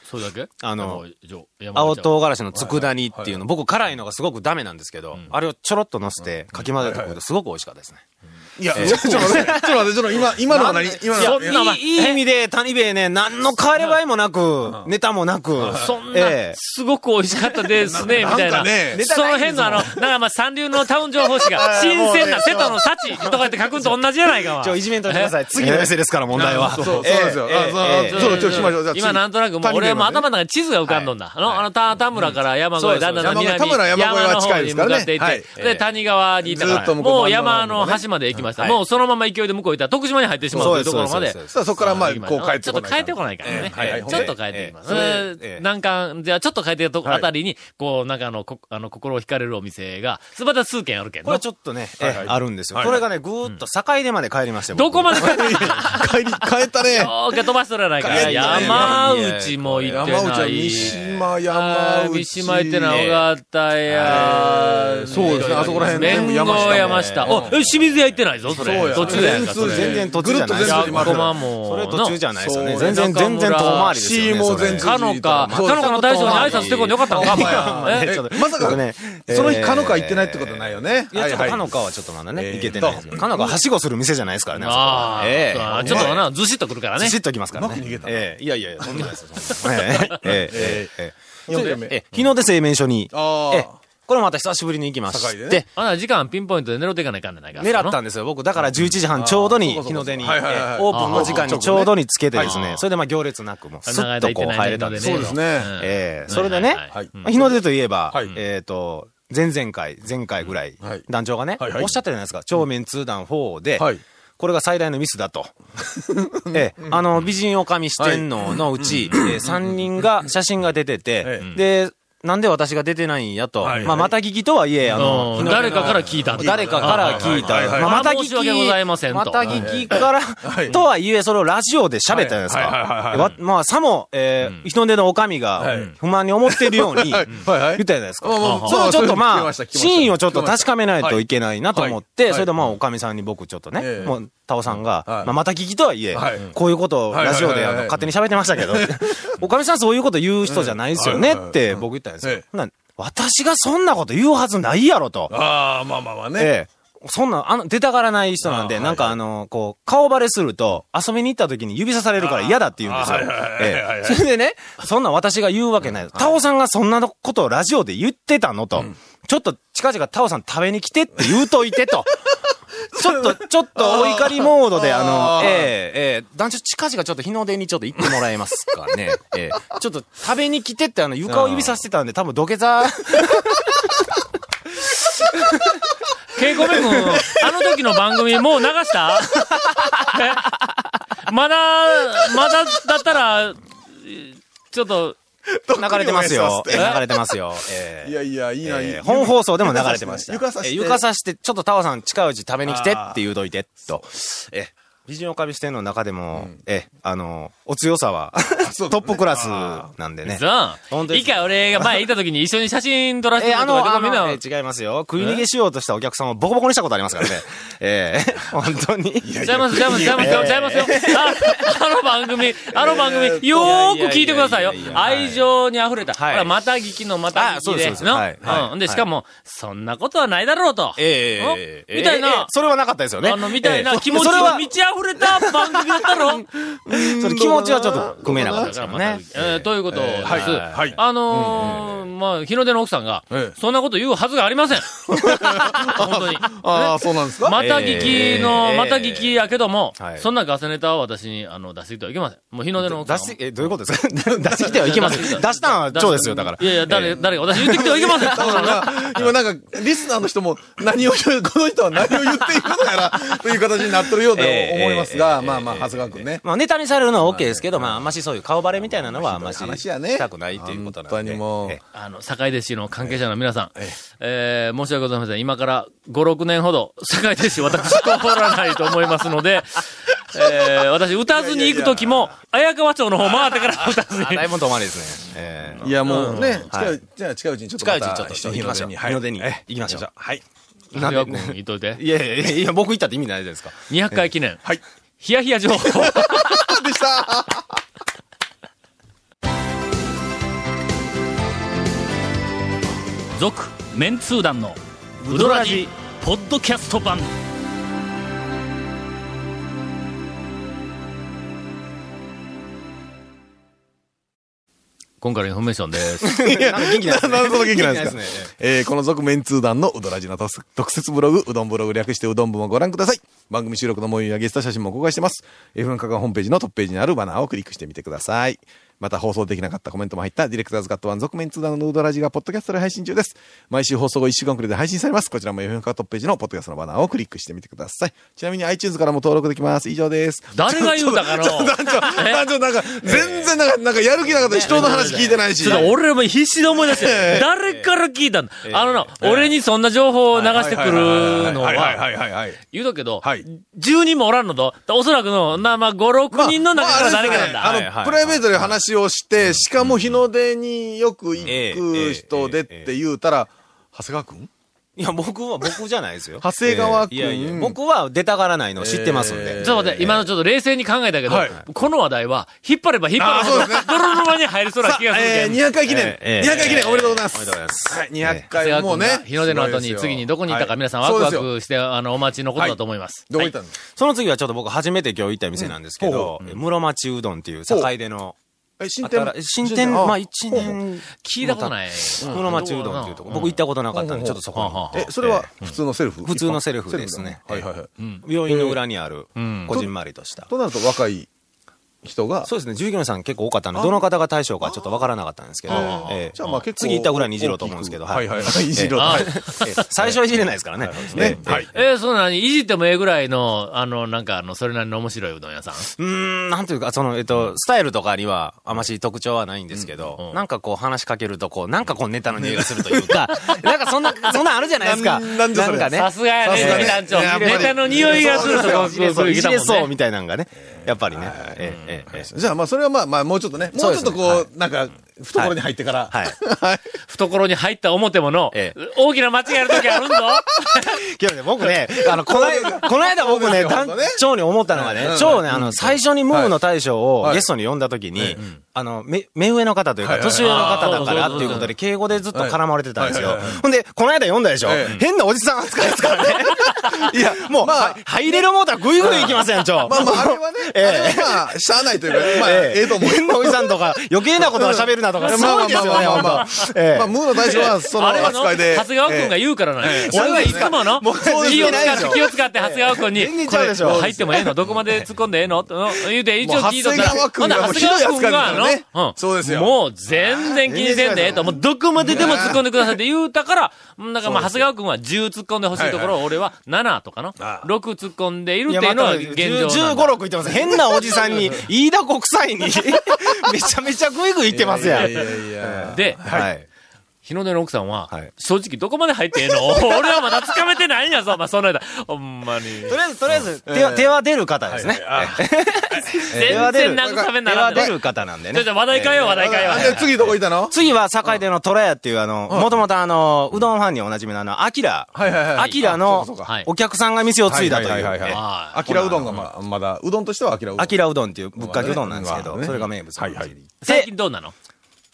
Speaker 1: それだけ
Speaker 7: あの、
Speaker 1: じょ山
Speaker 7: 青
Speaker 1: 口は
Speaker 7: 唐辛子の佃煮っていうの、僕辛いのがすごくダメなんですけど、あれをちょろっと乗せてかき混ぜてくるとすごく美味しかったで すね。
Speaker 3: いや、ちょちょっと待って、ちょっと待って、ちょっと今、今のは何今の
Speaker 1: そ
Speaker 3: は
Speaker 1: んなお前
Speaker 7: いいいい意味で谷兵衛ね、何の変わり映えもなく、ネタもなく、
Speaker 1: そん
Speaker 7: え
Speaker 1: な
Speaker 7: え、
Speaker 1: すごく美味しかったですね、み
Speaker 3: なんか
Speaker 1: たいな。
Speaker 3: ね
Speaker 1: その辺のあの、なんかまあ、三流のタウン情報 誌が、新鮮な瀬戸の幸とかって書くんと同じじゃないかわ。
Speaker 7: ちょ、いじめんといてください。次の店ですから問題は。
Speaker 3: そうそうなんですよ。あ
Speaker 7: ええ
Speaker 3: そうちょっとちょっと聞きましょう。じゃあ次
Speaker 1: 今なんとなくもう俺はもう頭の中に地図が浮かんどんだ。あの、あの、田田村から山越
Speaker 7: そう
Speaker 1: え、
Speaker 7: です
Speaker 1: だんだんだん南、
Speaker 3: 田村山越えは近いですからね
Speaker 1: 山の方に向かっていって、
Speaker 3: はい
Speaker 1: で、谷川にいたか
Speaker 3: ずっ
Speaker 1: ら、
Speaker 3: と向こう
Speaker 1: もう
Speaker 3: 真ん中
Speaker 1: 山の
Speaker 3: の方ね
Speaker 1: 端まで行きました。
Speaker 7: はい
Speaker 1: もうそのまま勢いで向こう行ったら徳島に入ってしまうというところまで。
Speaker 7: そうですそうですそうです
Speaker 3: さあそこからまあ、
Speaker 1: 行きまし
Speaker 3: こ
Speaker 1: ょ
Speaker 3: う帰って
Speaker 1: ちょ
Speaker 3: こ
Speaker 1: っ
Speaker 3: な
Speaker 1: と
Speaker 3: い
Speaker 1: 変えてこないから
Speaker 3: ええ
Speaker 1: ね。
Speaker 3: はいはい
Speaker 1: ええちょっと変えていきます。え
Speaker 7: え
Speaker 1: え難関、じゃあちょっと変えてるとこあたりに、こう、なんかあの、こあの、心を惹かれるお店が、すばた数軒あるけん
Speaker 7: これ
Speaker 1: の
Speaker 7: はちょっとね、ええあるんですよ。これがね、ぐーっと境出まで帰りまして、
Speaker 1: どこま
Speaker 7: で
Speaker 1: でかけ
Speaker 3: 帰り、変えたね。
Speaker 1: 飛ばしとらないから。
Speaker 3: いやいや
Speaker 1: 山内も行ってない。
Speaker 3: 山内は三島、
Speaker 1: あ
Speaker 3: 山内。
Speaker 1: ー三島行ってない、尾形や。
Speaker 3: そうですねあそこら辺全
Speaker 1: 全
Speaker 3: 部
Speaker 1: 部
Speaker 3: 山
Speaker 1: 山
Speaker 3: 下も
Speaker 1: 下。山下。お、え清水屋行ってないぞ、それ。
Speaker 3: そうや
Speaker 1: 途中やんか、そ
Speaker 3: 全
Speaker 1: れ。
Speaker 3: 通
Speaker 7: 全然途中じゃないです
Speaker 3: ぐるっ
Speaker 7: よ
Speaker 3: と全。部回
Speaker 1: こ
Speaker 3: る
Speaker 1: こはもう。
Speaker 7: それ途中じゃないですよね。
Speaker 3: そう
Speaker 7: 全然、全然遠回りですよ
Speaker 3: C
Speaker 7: ね。
Speaker 3: も全
Speaker 7: それ
Speaker 3: 然。
Speaker 1: かのか、
Speaker 3: そう
Speaker 1: かのかの大将に挨拶してこんでよかったのか、お前
Speaker 7: まあ
Speaker 1: え
Speaker 7: ね
Speaker 3: え
Speaker 7: ちょっと
Speaker 3: まさか
Speaker 7: 僕ね、
Speaker 3: その日、かのか
Speaker 7: えー
Speaker 3: 行ってないってことないよね。
Speaker 7: いや、ちょっと、か
Speaker 3: は
Speaker 7: の
Speaker 3: い
Speaker 7: かはちょっとまだ
Speaker 3: え
Speaker 7: ね、
Speaker 3: ー
Speaker 7: いけてないですよ。かのかはしごする店じゃないですからね、あそこ
Speaker 1: あ
Speaker 7: は
Speaker 1: あ、
Speaker 7: え
Speaker 1: そ
Speaker 7: え
Speaker 1: うだなちょっとな、ずしっとくるからね
Speaker 7: ね。。シッときますからね。
Speaker 3: うまく逃げたな
Speaker 7: ええいやいやいや、とんでもないですよ。ええええええ
Speaker 3: 四
Speaker 7: それ
Speaker 3: 軒目
Speaker 7: でええ日の出製麺所に、え
Speaker 3: あー
Speaker 7: えこれまた久しぶりに行きまし
Speaker 3: 境で
Speaker 7: て
Speaker 3: ね、
Speaker 1: あなた時間ピンポイントで狙っていかないかんねないか。
Speaker 7: 狙った
Speaker 1: ん
Speaker 7: んですよ。僕、だから11時半ちょうどに日の出に、ええオ
Speaker 3: はいはいはいはい
Speaker 7: ープンの時間にちょうどにつけてです
Speaker 1: あ
Speaker 7: ね
Speaker 1: ー、
Speaker 7: それでまあ行列なくもう、ス
Speaker 1: 長い
Speaker 7: ッ
Speaker 1: 間
Speaker 7: と
Speaker 1: 行っ
Speaker 7: こう
Speaker 1: てない
Speaker 7: 入れたんですよ
Speaker 3: そうですね。
Speaker 7: ええそれでね、
Speaker 3: はい
Speaker 7: まあ日の出といえば、
Speaker 3: はい
Speaker 7: えっ、と、前々回、前回ぐらい
Speaker 3: はい、
Speaker 7: 団長がね、
Speaker 3: はいはい
Speaker 7: おっしゃったじゃないですか、超面通談4で、
Speaker 3: はい
Speaker 7: これが最大のミス だと。ええあの、美人女将四天王のうち、えー三人が、写真が出てて、
Speaker 3: え
Speaker 7: で、なんで私が出てないんやと。
Speaker 6: はいはい
Speaker 7: まあ、また聞きとはいえ、あ
Speaker 1: う
Speaker 7: の、
Speaker 1: ん
Speaker 7: 日の
Speaker 1: 誰かから聞いたんだ
Speaker 7: 誰かから聞いた。
Speaker 6: はいはいはい
Speaker 7: まあ、また
Speaker 1: あ
Speaker 7: 聞
Speaker 1: 申
Speaker 7: き、
Speaker 1: し訳ございませんと
Speaker 7: た聞きから、とはいえ、それをラジオで喋ったじゃないですか。
Speaker 6: はいはいはいはい
Speaker 7: わまあ、さも、えー、日の出のおかみが
Speaker 6: い、
Speaker 7: 不満に思ってるように、言っ
Speaker 3: はいは
Speaker 7: た
Speaker 3: い。
Speaker 7: じゃないですか。
Speaker 3: まあまあ
Speaker 7: それをちょっと
Speaker 3: 聞き
Speaker 7: まあ、
Speaker 3: ました聞きました
Speaker 7: 真意をちょっと確かめないといけないなと思って、
Speaker 6: はい
Speaker 7: それでまあ、おかみさんに僕ちょっとね、
Speaker 3: ええ
Speaker 7: もう、タオさんが、
Speaker 3: はい
Speaker 7: まあ、また聞きとはいえ、
Speaker 3: はい
Speaker 7: こういうことをラジオ
Speaker 3: はい
Speaker 7: で
Speaker 3: はいはい
Speaker 7: あの
Speaker 3: はい
Speaker 7: 勝手に喋ってましたけど、おかみさんそういうこと言う人じゃないですよね
Speaker 3: うん
Speaker 7: って僕言ったんですよ
Speaker 3: ええ。
Speaker 7: ほな私がそんなこと言うはずないやろと。
Speaker 3: ああ、まあまあまあね。
Speaker 7: ええ。そんな、あの、出たがらない人なん
Speaker 3: あ
Speaker 7: で、
Speaker 3: ー
Speaker 7: なんかあの、こう、顔バレすると、遊びに行った時に指さされるから嫌だって言うんですよ
Speaker 6: あーはいはい。はいはいはい
Speaker 7: ええ。それでね、そんな私が言うわけない。タオさんがそんなことをラジオで言ってたのと、ちょっと近々タオさん食べに来てって言うといてと。ちょっと、ちょっとお怒りモードで、あの、ええ、ええ、団長近々ちょっと日の出にちょっと行ってもらえますかね。ええ、ちょっと食べに来てってあの、床を指さしてたんで、多分土下座。
Speaker 1: ケイコメ君、あの時の番組もう流した えまだ、まだだったら、ちょっと、
Speaker 7: 流れてますよ。
Speaker 3: どっち
Speaker 7: え
Speaker 3: にも
Speaker 7: え流れてますよ。ええ
Speaker 3: いやいや、いいな、いい
Speaker 7: えー本放送でも流れてました。
Speaker 4: 床さして
Speaker 7: えー床さして、ちょっとタワさん近いうち食べに来てって言うといて、と。えー、美人おかび視点の中でも、えー、あの、お強さは、 トップクラスなんでね。
Speaker 1: さあ
Speaker 7: 本当、です
Speaker 1: 一回俺が前行った時に一緒に写真撮らせ
Speaker 7: え
Speaker 1: て
Speaker 7: ー、
Speaker 1: もら
Speaker 7: あ
Speaker 1: ったとか
Speaker 7: の、あ
Speaker 1: みん
Speaker 7: の、
Speaker 1: な
Speaker 7: え、ー違いますよ。食い逃げしようとしたお客さんをボコボコにしたことありますからね。えー、 本当に。
Speaker 1: ちゃいます、ちゃいます、ちゃいますよ、ちゃいますよ。ああの番組、あの番組、
Speaker 7: えー
Speaker 1: よーく聞いてくださいよ
Speaker 7: いやいやいやい。やはい
Speaker 1: 愛情に溢れた。
Speaker 7: はい
Speaker 1: ほら、また聞きのまた
Speaker 7: あそ
Speaker 1: 聞
Speaker 7: う
Speaker 1: き
Speaker 7: で
Speaker 1: で
Speaker 7: すそうで。す
Speaker 1: の
Speaker 7: はいはい
Speaker 1: うん。で、しかも、そんなことはないだろうと。
Speaker 7: え
Speaker 1: おみたいな
Speaker 7: えーえーそれはなかったですよね。
Speaker 1: あの、みたい
Speaker 7: え
Speaker 1: な
Speaker 7: ー
Speaker 1: 気持ち
Speaker 7: それ
Speaker 1: が
Speaker 7: は
Speaker 1: 満ち溢れた番組だったろ
Speaker 7: それ気持ちはちょっと組めなかったですけどね。
Speaker 1: えーということです。
Speaker 6: はいはい
Speaker 1: あのーまあ、日の出の奥さんが、そんなこと言うはずがありませ ん。本当に。
Speaker 3: ああ、そうなんですか
Speaker 1: また聞きの、
Speaker 7: えー
Speaker 1: また聞きやけども、
Speaker 7: はい
Speaker 1: そんなガセネタは私にあの出してきてはいけません。もう日の出の奥さん
Speaker 7: 出
Speaker 1: は。
Speaker 7: して、え、どういうことですか 出してきてはいけません。出したのは超ですよ、だから。
Speaker 1: いやいや、誰、誰が私言ってきてはいけません。
Speaker 3: だから今なんか、リスナーの人も何を言う、この人は何を言っているのやら、という形になってるようで思いますが、まあまあ、長谷川君ね。
Speaker 7: まあ、ネタにされるのは OK ですけど、まあ、あんましそういう顔バレみたいなのはあんまし
Speaker 3: 話やね
Speaker 7: したくないということなんで。
Speaker 3: 本当にもう
Speaker 7: え
Speaker 1: あの、坂出市の関係者の皆さん、えー申し訳ございません。今から5、6年ほど、坂出市私通らないと思いますので、えー私歌わずに行く時も、綾川町の方回ってから歌わずに
Speaker 7: あ、。だいぶ遠回 りですね。ええ
Speaker 3: いや、もうね、
Speaker 7: は
Speaker 3: 近
Speaker 7: い
Speaker 3: い、じゃあ近いうちにちょっと
Speaker 7: 近い
Speaker 3: ま
Speaker 7: うち
Speaker 3: た。
Speaker 7: にちょっと行きましょう。
Speaker 3: はい
Speaker 7: 日の出に行きましょう。はい。
Speaker 1: 長谷川君言っといて。
Speaker 7: いやいやいやいや、僕行ったって意味ないじゃ ないですか。
Speaker 1: 200回記念。
Speaker 3: はい。
Speaker 1: ヒヤヒヤ情報。
Speaker 3: でした。
Speaker 1: 続メンツー団のウドラジポッドキャスト版今回のインフォメーションです。
Speaker 7: なんか元気ないです ね。
Speaker 3: なんでその元気ないんですか
Speaker 7: 元 気ね
Speaker 3: えーこの続面通談のうどらじの特特設ブログ、うどんブログ略してうどん部もご覧ください。番組収録の模様やゲスト写真も公開してます。F1 カカホームページのトップページにあるバナーをクリックしてみてください。また放送できなかったコメントも入ったディレクターズカット1続面通談のうどらじがポッドキャストで配信中です。毎週放送後1週間くらいで配信されます。こちらも F1 カカトップページのポッドキャストのバナーをクリックしてみてください。ちなみに iTunes からも登録できます。以上です。
Speaker 1: 誰が言うたかの
Speaker 3: ちょっと団長、団長なんか、全然なんか、なんかやる気なかった。人の話聞いてないし。
Speaker 1: ちょっと俺も必死で思い出して、誰から聞いたんだあのな、俺にそんな情報を流してくるの
Speaker 6: はいはい
Speaker 1: は、
Speaker 6: はいはいはい。
Speaker 1: 言うとけど、
Speaker 6: はい
Speaker 1: 10人もおらんのと、おそらくの、な、まあ、5、6人の中から誰かなん
Speaker 3: まああれ
Speaker 1: だ。
Speaker 3: ですねあの、プライベートで話をして、しかも日の出によく行く人でって言うたら、長谷川くん
Speaker 7: いや、僕は、僕じゃないですよ。
Speaker 3: 長谷川く
Speaker 7: いやいや、
Speaker 3: ん。
Speaker 7: 僕は出たがらないの知ってますんで
Speaker 1: ち。ょっと待って、今のちょっと冷静に考えたけど、
Speaker 6: はい
Speaker 1: この話題は、引っ張れば引っ張るほど、泥沼に入りそうな
Speaker 3: さあ、
Speaker 1: 気がするけん
Speaker 3: えー、200回記念。
Speaker 7: えーえー
Speaker 3: 200回記念おめでとうございます。
Speaker 7: おめでとうございます
Speaker 3: はい、200
Speaker 1: 長谷川
Speaker 3: 回
Speaker 1: 君
Speaker 3: もうね
Speaker 1: が。日の出の後に次にどこにいたか皆さんワクワ
Speaker 3: そうで
Speaker 1: クして、あの、お待ちのことだと思います。
Speaker 3: すよどこ行ったんです
Speaker 7: その次はちょっと僕初めて今日行った店なんですけど、え室町うどんっていう境出の、
Speaker 3: え、新
Speaker 7: 新
Speaker 3: 店
Speaker 7: 店新店、まあ1。
Speaker 3: ほうほう
Speaker 7: 年。
Speaker 1: 聞いたことない。
Speaker 7: 室町うどんっていうとこ、僕行ったことなかったんで、ちょっとそこに行って
Speaker 3: え、それは普通のセルフ
Speaker 7: 普通のセルフですね
Speaker 3: セルフだはいはいはい。
Speaker 7: 病院の裏にある、こじんまりとした。
Speaker 3: となると若い人が、
Speaker 7: そうですね、従業員さん結構多かったので、どの方が対象かちょっとわからなかったんですけど、ええ
Speaker 3: じゃあまあ結構。
Speaker 7: 次行ったぐらいにいじろうと思うんですけど、
Speaker 3: はいはい
Speaker 7: え
Speaker 3: はい。いじろう。
Speaker 1: あ
Speaker 3: はい。
Speaker 7: え最初はいじれないですからね。
Speaker 3: ね。はい。
Speaker 1: えー、そんなに、いじってもええぐらいの、あの、なんか、あの、それなりの面白いうどん屋さん。
Speaker 7: うーん、なんていうか、その、えっと、スタイルとかには、あまし特徴はないんですけど、なんかこう話しかけると、こう、なんかこうネタの匂いがするというか、 なんかそんな、そんなんあるじゃないですか。
Speaker 3: なんなんじゃそれ
Speaker 7: かね。
Speaker 1: さすがやね、
Speaker 7: さすがね
Speaker 1: 劇団長。
Speaker 3: やっぱり
Speaker 1: ネタの匂いがするとこ、
Speaker 7: いじれそう、い
Speaker 1: 来
Speaker 7: じ
Speaker 1: た
Speaker 7: れ
Speaker 1: もんね
Speaker 7: そうみたいなんがね、やっぱりね。ええ、ええ、ええ。
Speaker 3: じゃあまあそれはまあまあもうちょっとね、もうちょっと
Speaker 7: そ
Speaker 3: こ
Speaker 7: う
Speaker 3: う、なんか、懐に入ってから。
Speaker 7: はい。
Speaker 1: 懐に入った表もの、
Speaker 7: え
Speaker 1: 大きな間違える時あるんぞ。
Speaker 7: けどね、僕ね、あの、こない、こないだ僕ね、団長に思ったのがね、長ね、あの、最初にムーの大将を
Speaker 3: はい
Speaker 7: ゲストに呼んだ時に、あの、目、目上の方というか、
Speaker 3: はいはい
Speaker 7: 年上の方だか
Speaker 1: あ
Speaker 7: ら
Speaker 1: ー
Speaker 7: っていうことで、敬語でずっと絡まれてたんですよ
Speaker 3: はいはいはいは。
Speaker 7: ほんで、この間呼んだでしょ
Speaker 3: ええ
Speaker 7: 変なおじさん扱いですからね。
Speaker 3: いや、
Speaker 7: もう、
Speaker 3: ま
Speaker 7: は
Speaker 3: あ、
Speaker 7: 入れるもうたらグイグイ行きますやん、長。
Speaker 3: まあまあ、あれはね、あ
Speaker 7: ええ
Speaker 3: れはまあ、しゃあないというか、まあ、ええと思う。
Speaker 7: 変なおじさんとか、余計なことは喋るなとか、すごいですよね、
Speaker 3: ま
Speaker 7: ほ
Speaker 3: あまあまあ
Speaker 7: ん
Speaker 3: まあまあ
Speaker 7: と。え
Speaker 3: まあ、
Speaker 7: え
Speaker 3: ムーの大将はその
Speaker 1: あれはの、
Speaker 3: 扱いで。
Speaker 1: 長谷川くんが
Speaker 3: ええ
Speaker 1: 言うからな。俺はいつもの、気を使って気を使って長谷川くんに、
Speaker 7: 全然ちゃうでしょ
Speaker 1: これ入ってもええのどこまで突っ込んでええのと言うて、一応聞いとったら。
Speaker 3: もう長谷川君が
Speaker 1: ほんなら長谷川君が
Speaker 3: もうひどい扱いですからね
Speaker 1: うん
Speaker 3: そうですよ
Speaker 1: もう全然気にせんでええと、もうどこまででも突っ込んでくださいって言うたから、うんだからまあ長谷川くんは10突っ込んでほしいところを、俺は7とかの、
Speaker 3: ああ
Speaker 1: 6突っ込んでいるっ
Speaker 7: いや、
Speaker 1: ていう
Speaker 7: ま
Speaker 1: のは
Speaker 7: た、
Speaker 1: 現
Speaker 7: 15、
Speaker 1: 状なんだ。
Speaker 7: 6言ってます。変なおじさん に、飯田国際に、めちゃめちゃグイグイ言ってますやん
Speaker 3: い。やいやいや。
Speaker 1: で、
Speaker 7: はい。
Speaker 1: 日の出の奥さんは、
Speaker 7: はい
Speaker 1: 正直どこまで入ってええの俺はまだ掴めてないんやぞ、お前その間。ほんまに。
Speaker 7: とりあえず、とりあえず、手は、手は出る方ですね。手 は
Speaker 1: 全
Speaker 7: 出る。
Speaker 1: 然
Speaker 7: 手
Speaker 1: 慰めになら
Speaker 7: は
Speaker 1: んで
Speaker 7: 出。る方なんで
Speaker 1: ちょ
Speaker 7: ね
Speaker 1: ち。ょ、話題変えよう、話題変えよ
Speaker 3: あ、で、
Speaker 1: う。
Speaker 3: 次どこ行ったの
Speaker 7: 次は、堺での虎屋っていう、あの、もともとあの、うどんファンにおなじみのあの、アキラ。
Speaker 3: はいはいはい
Speaker 7: アキラの
Speaker 3: そうかそうか
Speaker 1: はい
Speaker 7: お客さんが店を継いだと
Speaker 3: はいはいはいいは
Speaker 7: う。
Speaker 1: は
Speaker 3: あきらうどんがまあまだ、うどんとしてはあきらうどん。
Speaker 7: アキラうどんっていうぶっかけうどんなんですけ
Speaker 3: まあ
Speaker 7: ど、
Speaker 3: ね
Speaker 7: それが名物なんです
Speaker 3: はいはい
Speaker 1: 最近どうなの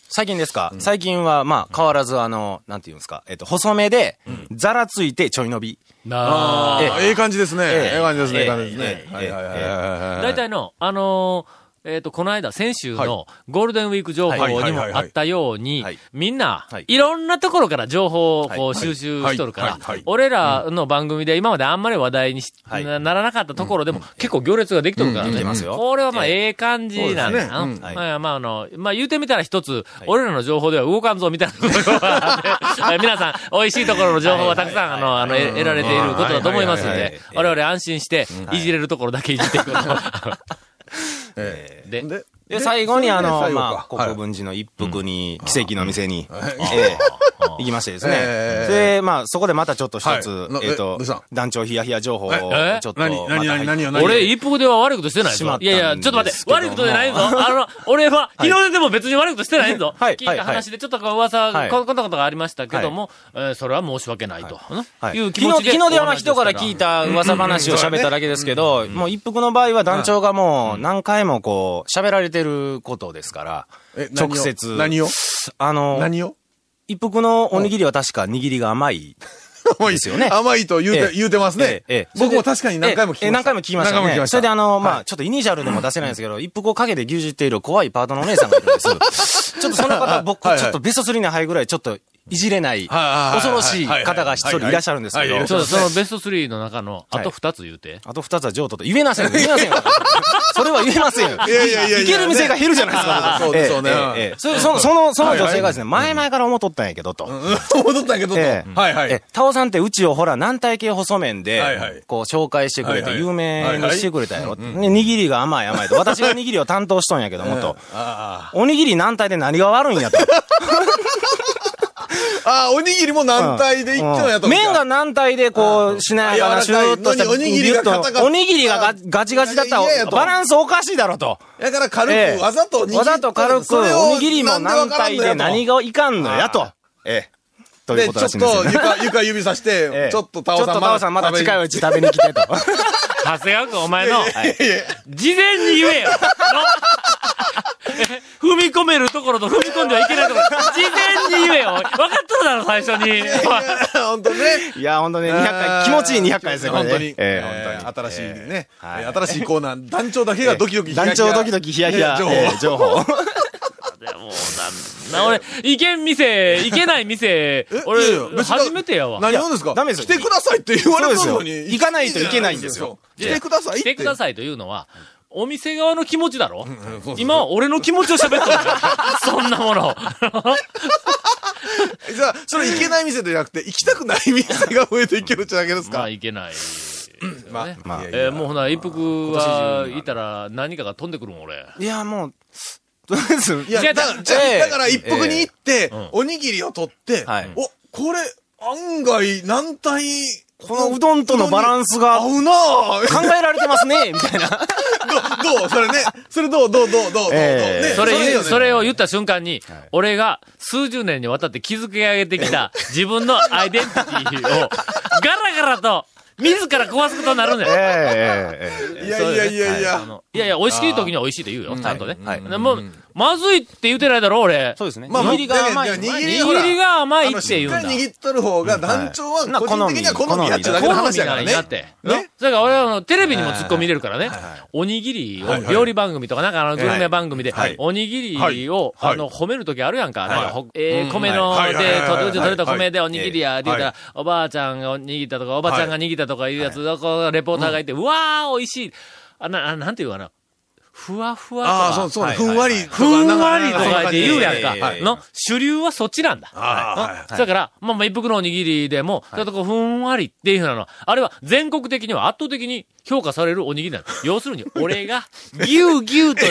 Speaker 7: 最近ですか最近は、まあ、変わらず、あの、なんていうんですか、えっと、細めで、ざらついてちょい伸び。
Speaker 1: な
Speaker 3: あええ感じですね。ええ感じですね。ええ感じです
Speaker 7: え
Speaker 3: ね。
Speaker 7: え
Speaker 3: はいはいはい
Speaker 7: ええ
Speaker 3: はいはい。
Speaker 1: 大体の、あのーえっ、と、この間、先週のゴールデンウィーク情報
Speaker 3: はいは
Speaker 1: に
Speaker 3: い
Speaker 1: も
Speaker 3: はいはい
Speaker 1: あったように
Speaker 7: はい、
Speaker 1: みんな
Speaker 7: はい、
Speaker 1: いろんなところから情報をこ
Speaker 7: は
Speaker 1: う収集しとる
Speaker 3: は
Speaker 1: か
Speaker 3: いはい
Speaker 1: ら
Speaker 3: はい、
Speaker 1: 俺らの番組で今まであんまり話題にし
Speaker 7: はい
Speaker 1: なならなかったところでも結構行列ができとるから
Speaker 7: うんでき
Speaker 1: ね
Speaker 7: てます。よ
Speaker 1: これはまあ、ええ感じな
Speaker 3: そう
Speaker 1: んだ
Speaker 3: ですね
Speaker 1: な。
Speaker 7: うんはい
Speaker 1: まあまあ、あの、まあ言うてみたら一つ、
Speaker 7: い
Speaker 1: 俺らの情報では動かんぞみたいなところがあって 皆さん、美味しいところの情報はたくさん、あの、あの、え得られていることだと思いますん
Speaker 7: はいは
Speaker 1: で
Speaker 7: いはい、はい
Speaker 1: 我々安心して、いじれるところだけいじっていく こと。
Speaker 3: え
Speaker 1: で
Speaker 3: え、で、
Speaker 7: で、最後にあ
Speaker 3: そ
Speaker 7: の、
Speaker 3: れで最後
Speaker 7: ま
Speaker 3: か
Speaker 7: あ、
Speaker 3: はい
Speaker 7: 国分寺の一服に、奇跡の店に、ええ行きましてですね。
Speaker 3: ええ
Speaker 7: で、まあ、そこでまたちょっと一つ、
Speaker 3: はいな
Speaker 7: えっ、
Speaker 3: え
Speaker 7: と
Speaker 3: どうしたん、
Speaker 7: 団長ヒヤヒヤ情報を、ちょ
Speaker 1: え
Speaker 7: っと、
Speaker 3: 何、何、何、何を何を
Speaker 1: 俺、一服では悪いことしてない
Speaker 7: しま
Speaker 1: ぞ。
Speaker 7: ったん
Speaker 1: いやいや、ちょっと待っ
Speaker 7: で
Speaker 1: て、
Speaker 7: すけど
Speaker 1: 悪
Speaker 7: も
Speaker 1: いことじゃないぞ。あの、俺は、日の出でも別に悪いことしてないぞ。
Speaker 7: はい
Speaker 1: 聞いた話で、ちょっとこう噂、
Speaker 7: はい
Speaker 1: ここんなことがありましたけども、えーそれは申し訳ないと。
Speaker 7: はい、
Speaker 1: いう気
Speaker 7: 昨
Speaker 1: 持ち
Speaker 7: 日、
Speaker 1: で。
Speaker 7: 昨日電話の人から聞いた噂話を喋っただけですけど、もう一服の場合は団長がもう何回もこう、喋られてることですから、
Speaker 3: え何を
Speaker 7: 直接。
Speaker 3: 何を
Speaker 7: あの、
Speaker 3: 何を
Speaker 7: 一服のおにぎりは確か握りが甘い。
Speaker 3: 甘い
Speaker 7: ですよね
Speaker 3: 甘いと言う
Speaker 7: え
Speaker 3: て
Speaker 7: え、
Speaker 3: 言うてますね
Speaker 7: ええええ。
Speaker 3: 僕も確かに何回も聞きました。
Speaker 7: ええ何回も聞きました
Speaker 3: 何回も聞
Speaker 7: ね。
Speaker 3: き
Speaker 7: それであの、ま
Speaker 3: は
Speaker 7: あちょっとイニシャルでも出せないんですけど、一服を陰で牛耳っている怖いパートのお姉さんがいる んです。ちょっとその方、僕、
Speaker 3: はいはい
Speaker 7: ちょっとベスト3に入るぐらいちょっといじれな
Speaker 3: は
Speaker 7: い、
Speaker 3: いはいはい
Speaker 7: 恐ろしい方が一人いらっしゃるんですけ
Speaker 3: はいはいはいはいはい
Speaker 7: ど
Speaker 3: いらっしゃる
Speaker 1: そうだそのベスト3の中の、あ
Speaker 7: はい
Speaker 1: と2つ言うて。
Speaker 7: あと二つは譲渡と。言え ませんよ。言えませんよ。それは言えませんよ。い
Speaker 3: やいやいやいや
Speaker 7: ける店が減るじゃないです か。
Speaker 3: そうですよね
Speaker 7: ええええええそその、その、その女性がですね、前々から思っとったんやけどと。
Speaker 3: うん戻ったけどと、
Speaker 7: ええ
Speaker 3: はいは
Speaker 7: ええ
Speaker 3: い。
Speaker 7: タオさんってうちをほら、軟体系細麺で、
Speaker 3: はいはい
Speaker 7: こう、紹介してくれ
Speaker 3: はい
Speaker 7: て、
Speaker 3: はい
Speaker 7: 有名にしてくれたやろ。ね握りが甘い甘いと。私が握りを担当しとんやけどもと。
Speaker 3: あ
Speaker 7: おにぎり軟体で何が悪い んやと。
Speaker 3: あああ、おにぎりも軟体で一丁やと
Speaker 7: う
Speaker 3: 思った。
Speaker 7: ん麺が軟体でこう、しなやか
Speaker 3: あ
Speaker 7: な、
Speaker 3: 柔
Speaker 7: シ
Speaker 3: らかい
Speaker 7: ューッとした、
Speaker 3: のにおにぎりが硬かった
Speaker 7: おにぎりがガガチガチだった
Speaker 3: いやいや
Speaker 7: ら、
Speaker 3: と
Speaker 7: バランスおかしいだろと。
Speaker 3: だから軽く、
Speaker 7: ええ
Speaker 3: わざと握り
Speaker 7: わざと軽く、
Speaker 3: それを
Speaker 7: おにぎり
Speaker 3: な
Speaker 7: も
Speaker 3: ん
Speaker 7: 何
Speaker 3: でわからん
Speaker 7: 体
Speaker 3: のや
Speaker 7: で
Speaker 3: と
Speaker 7: 何がいかんのやと。ええ。という
Speaker 3: で、ちょ
Speaker 7: ことら
Speaker 3: っ
Speaker 7: しいんですよ
Speaker 3: と
Speaker 7: ね。
Speaker 3: 床、床指さし
Speaker 7: え
Speaker 3: て
Speaker 7: え、
Speaker 3: ちょっとタオさん
Speaker 7: ちょっとタオさんまだ近いうち食べに来てと。
Speaker 1: 長谷川君、お前の、
Speaker 3: いやいや
Speaker 1: 事前に言えよ の踏み込めるところと踏み込んではいけないところ、事前に言えよ分かっとるだろ、最初に。
Speaker 3: 本当ね。
Speaker 7: いや、ほんとね、200回、気持ちいい200回ですよ、これ
Speaker 3: 本
Speaker 7: ね。
Speaker 3: 当に。
Speaker 7: ええ
Speaker 3: ええ新しいね。
Speaker 7: はい
Speaker 3: えー新しいコーナー、団長だけがドキドキ。
Speaker 7: 団長ドキドキヒヤヒヤ
Speaker 3: いや情。報
Speaker 7: ええ情報。
Speaker 1: いやもうなん、な、俺、行けん店、行けない店
Speaker 3: え、
Speaker 1: 俺
Speaker 3: いやいや別に、
Speaker 1: 初めてやわ。
Speaker 3: 何をですか
Speaker 7: ダメですよ
Speaker 3: 来てくださいって言われたの
Speaker 7: そう
Speaker 3: に。
Speaker 7: ですよ行かないといけないんですよ
Speaker 3: 来てくださいっ
Speaker 1: 来
Speaker 3: て。
Speaker 1: てくだ
Speaker 3: い。
Speaker 1: さいというのは、お店側の気持ちだろ
Speaker 3: うんそうそう
Speaker 1: 今は俺の気持ちを喋ってる。 そんなもの。
Speaker 3: じゃあ、それ行けない店じゃなくて、行きたくない店が増えていけるじゃないです
Speaker 1: まあ、
Speaker 3: か。
Speaker 1: いけないですよね。
Speaker 3: まあ、まあ、
Speaker 1: えーもうほな、一服は、いたら何かが飛んでくるもん、俺。
Speaker 7: いや、もう、とりあえず、
Speaker 3: いや、
Speaker 1: 違
Speaker 3: だ
Speaker 1: う
Speaker 3: から、じゃ
Speaker 7: え
Speaker 3: あ
Speaker 7: え
Speaker 3: だから一服に行って、
Speaker 1: え
Speaker 3: おにぎりを取って、
Speaker 7: はい
Speaker 3: お、これ、案外、軟体、
Speaker 7: このうどんとのバランスが
Speaker 3: 合
Speaker 7: 考
Speaker 3: うなぁ。
Speaker 7: えられてますね、みたいな。
Speaker 3: どう、どうそれね。それどう、どう、どう、どう、どう、どう。
Speaker 7: ええ
Speaker 3: ね
Speaker 1: それ、そ
Speaker 3: れ
Speaker 1: れを言った瞬間に、俺が数十年にわたって築き上げてきた自分のアイデンティティを、ガラガラと、自ら壊すことになるんだよ。
Speaker 7: ええ、え
Speaker 3: いやいやいやい
Speaker 1: あ
Speaker 3: や。
Speaker 1: のいやいや、美味しい時には美味しいと言うよ、ちゃんとね。
Speaker 7: はい
Speaker 1: でもう、まずいって言ってないだろ、俺。
Speaker 7: そうですね。
Speaker 3: まあ、
Speaker 7: 握りが甘い。
Speaker 3: だけど握りがほら
Speaker 1: 握りが甘いって言うんだ
Speaker 3: あ。のしっかり握っとる方が、団長は、個人的には好みやっちゃうだけの
Speaker 1: 好み
Speaker 3: 話やか
Speaker 1: な
Speaker 3: ら
Speaker 1: ん
Speaker 3: ね
Speaker 1: や。って。
Speaker 3: ね
Speaker 1: ね。それから俺はあのテレビにも突っ込み入れるからね。おにぎりを料理番組とかなんかあのグルメ番組で
Speaker 3: はい、
Speaker 1: おにぎりを
Speaker 3: はい
Speaker 1: あの褒めるときあるやんか。
Speaker 3: い
Speaker 1: なんかほ、え
Speaker 3: うん
Speaker 1: ー、米の
Speaker 3: はいはいはい
Speaker 1: で
Speaker 3: はい、
Speaker 1: とうち取れた
Speaker 3: はい
Speaker 1: 米でおにぎりや、って言った
Speaker 3: は
Speaker 1: ら、おばあちゃんが握ったとか、おばちゃんが握ったとかいうやつ、こうレポーターがいて、うわー、美味しい。あ、な、あなんていうかな。ふわふわとか。
Speaker 3: ああ、そう、そうね。
Speaker 7: はい
Speaker 3: ふんわりとか。
Speaker 1: ふんわり
Speaker 3: な
Speaker 1: と
Speaker 3: ん
Speaker 1: かって言うやん
Speaker 7: はいはいはい
Speaker 1: か。の、主流はそっちなんだ。
Speaker 3: あ
Speaker 1: だから、まあまあ、一服のおにぎりでも、ちょっとこう、ふんわりっていうふうなのは、あれは全国的には圧倒的に評価されるおにぎ りなの。要するに、俺が、ぎゅうぎゅうと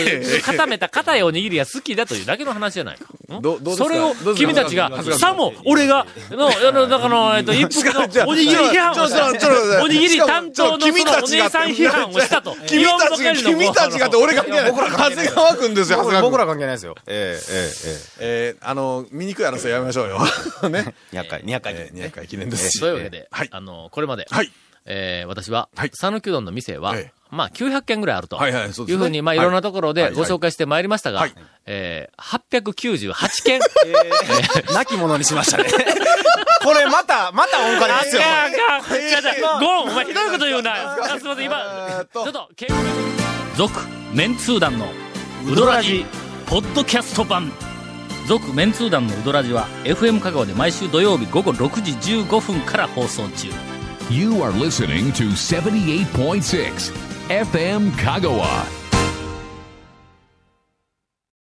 Speaker 1: 固めた硬いおにぎりが好きだというだけの話じゃないか。ん
Speaker 3: どうどうですか
Speaker 1: それを
Speaker 3: どうですか
Speaker 1: 君たちが、さも、俺が、の、あの、だから の、えっと、一服のおにぎり批判をし
Speaker 3: ちょちょちょちょちょち
Speaker 1: た。
Speaker 3: ょ
Speaker 1: おにぎり担当のそのお
Speaker 3: しかもちょ
Speaker 1: 姉さん批判をしたと。
Speaker 3: 君たちが、君たちがって俺が、僕ら長谷川くんですよ、長谷川くん
Speaker 7: 僕ら関係ないですよ。ええ、え
Speaker 3: えー、あの、醜い争いやめましょうよ。 ね。
Speaker 7: え、ええ。200回、200回
Speaker 3: えー、200回記念ですし。
Speaker 1: そういうわけで、
Speaker 3: はい。
Speaker 1: あの、これまで、
Speaker 3: はい。
Speaker 1: えー私は
Speaker 3: はい、
Speaker 1: 讃岐うどんの店は
Speaker 3: ええ、
Speaker 1: まあ、900軒ぐらいあると。
Speaker 3: はいはいそうですね
Speaker 1: いうふうに、まあ、い
Speaker 3: はい
Speaker 1: ろんなところ
Speaker 3: は
Speaker 1: で
Speaker 3: い
Speaker 1: ご紹介してまいりましたが
Speaker 3: はい、
Speaker 1: えー898件。
Speaker 7: なきものにしま したね。これまた、また音
Speaker 1: あか
Speaker 7: 階
Speaker 1: ん
Speaker 7: ですよ。
Speaker 1: あかん。違う違う。ゴン、お前ひどいこと言うな。あすいません、今、ちょっと、警告続、メンツー団の、ウドラジ、ポッドキャスト版。続、メンツー団のウドラジは、FM 香川で毎週土曜日午後6時15分から放送中。
Speaker 2: You are listening to 78.6 FM Kagawa.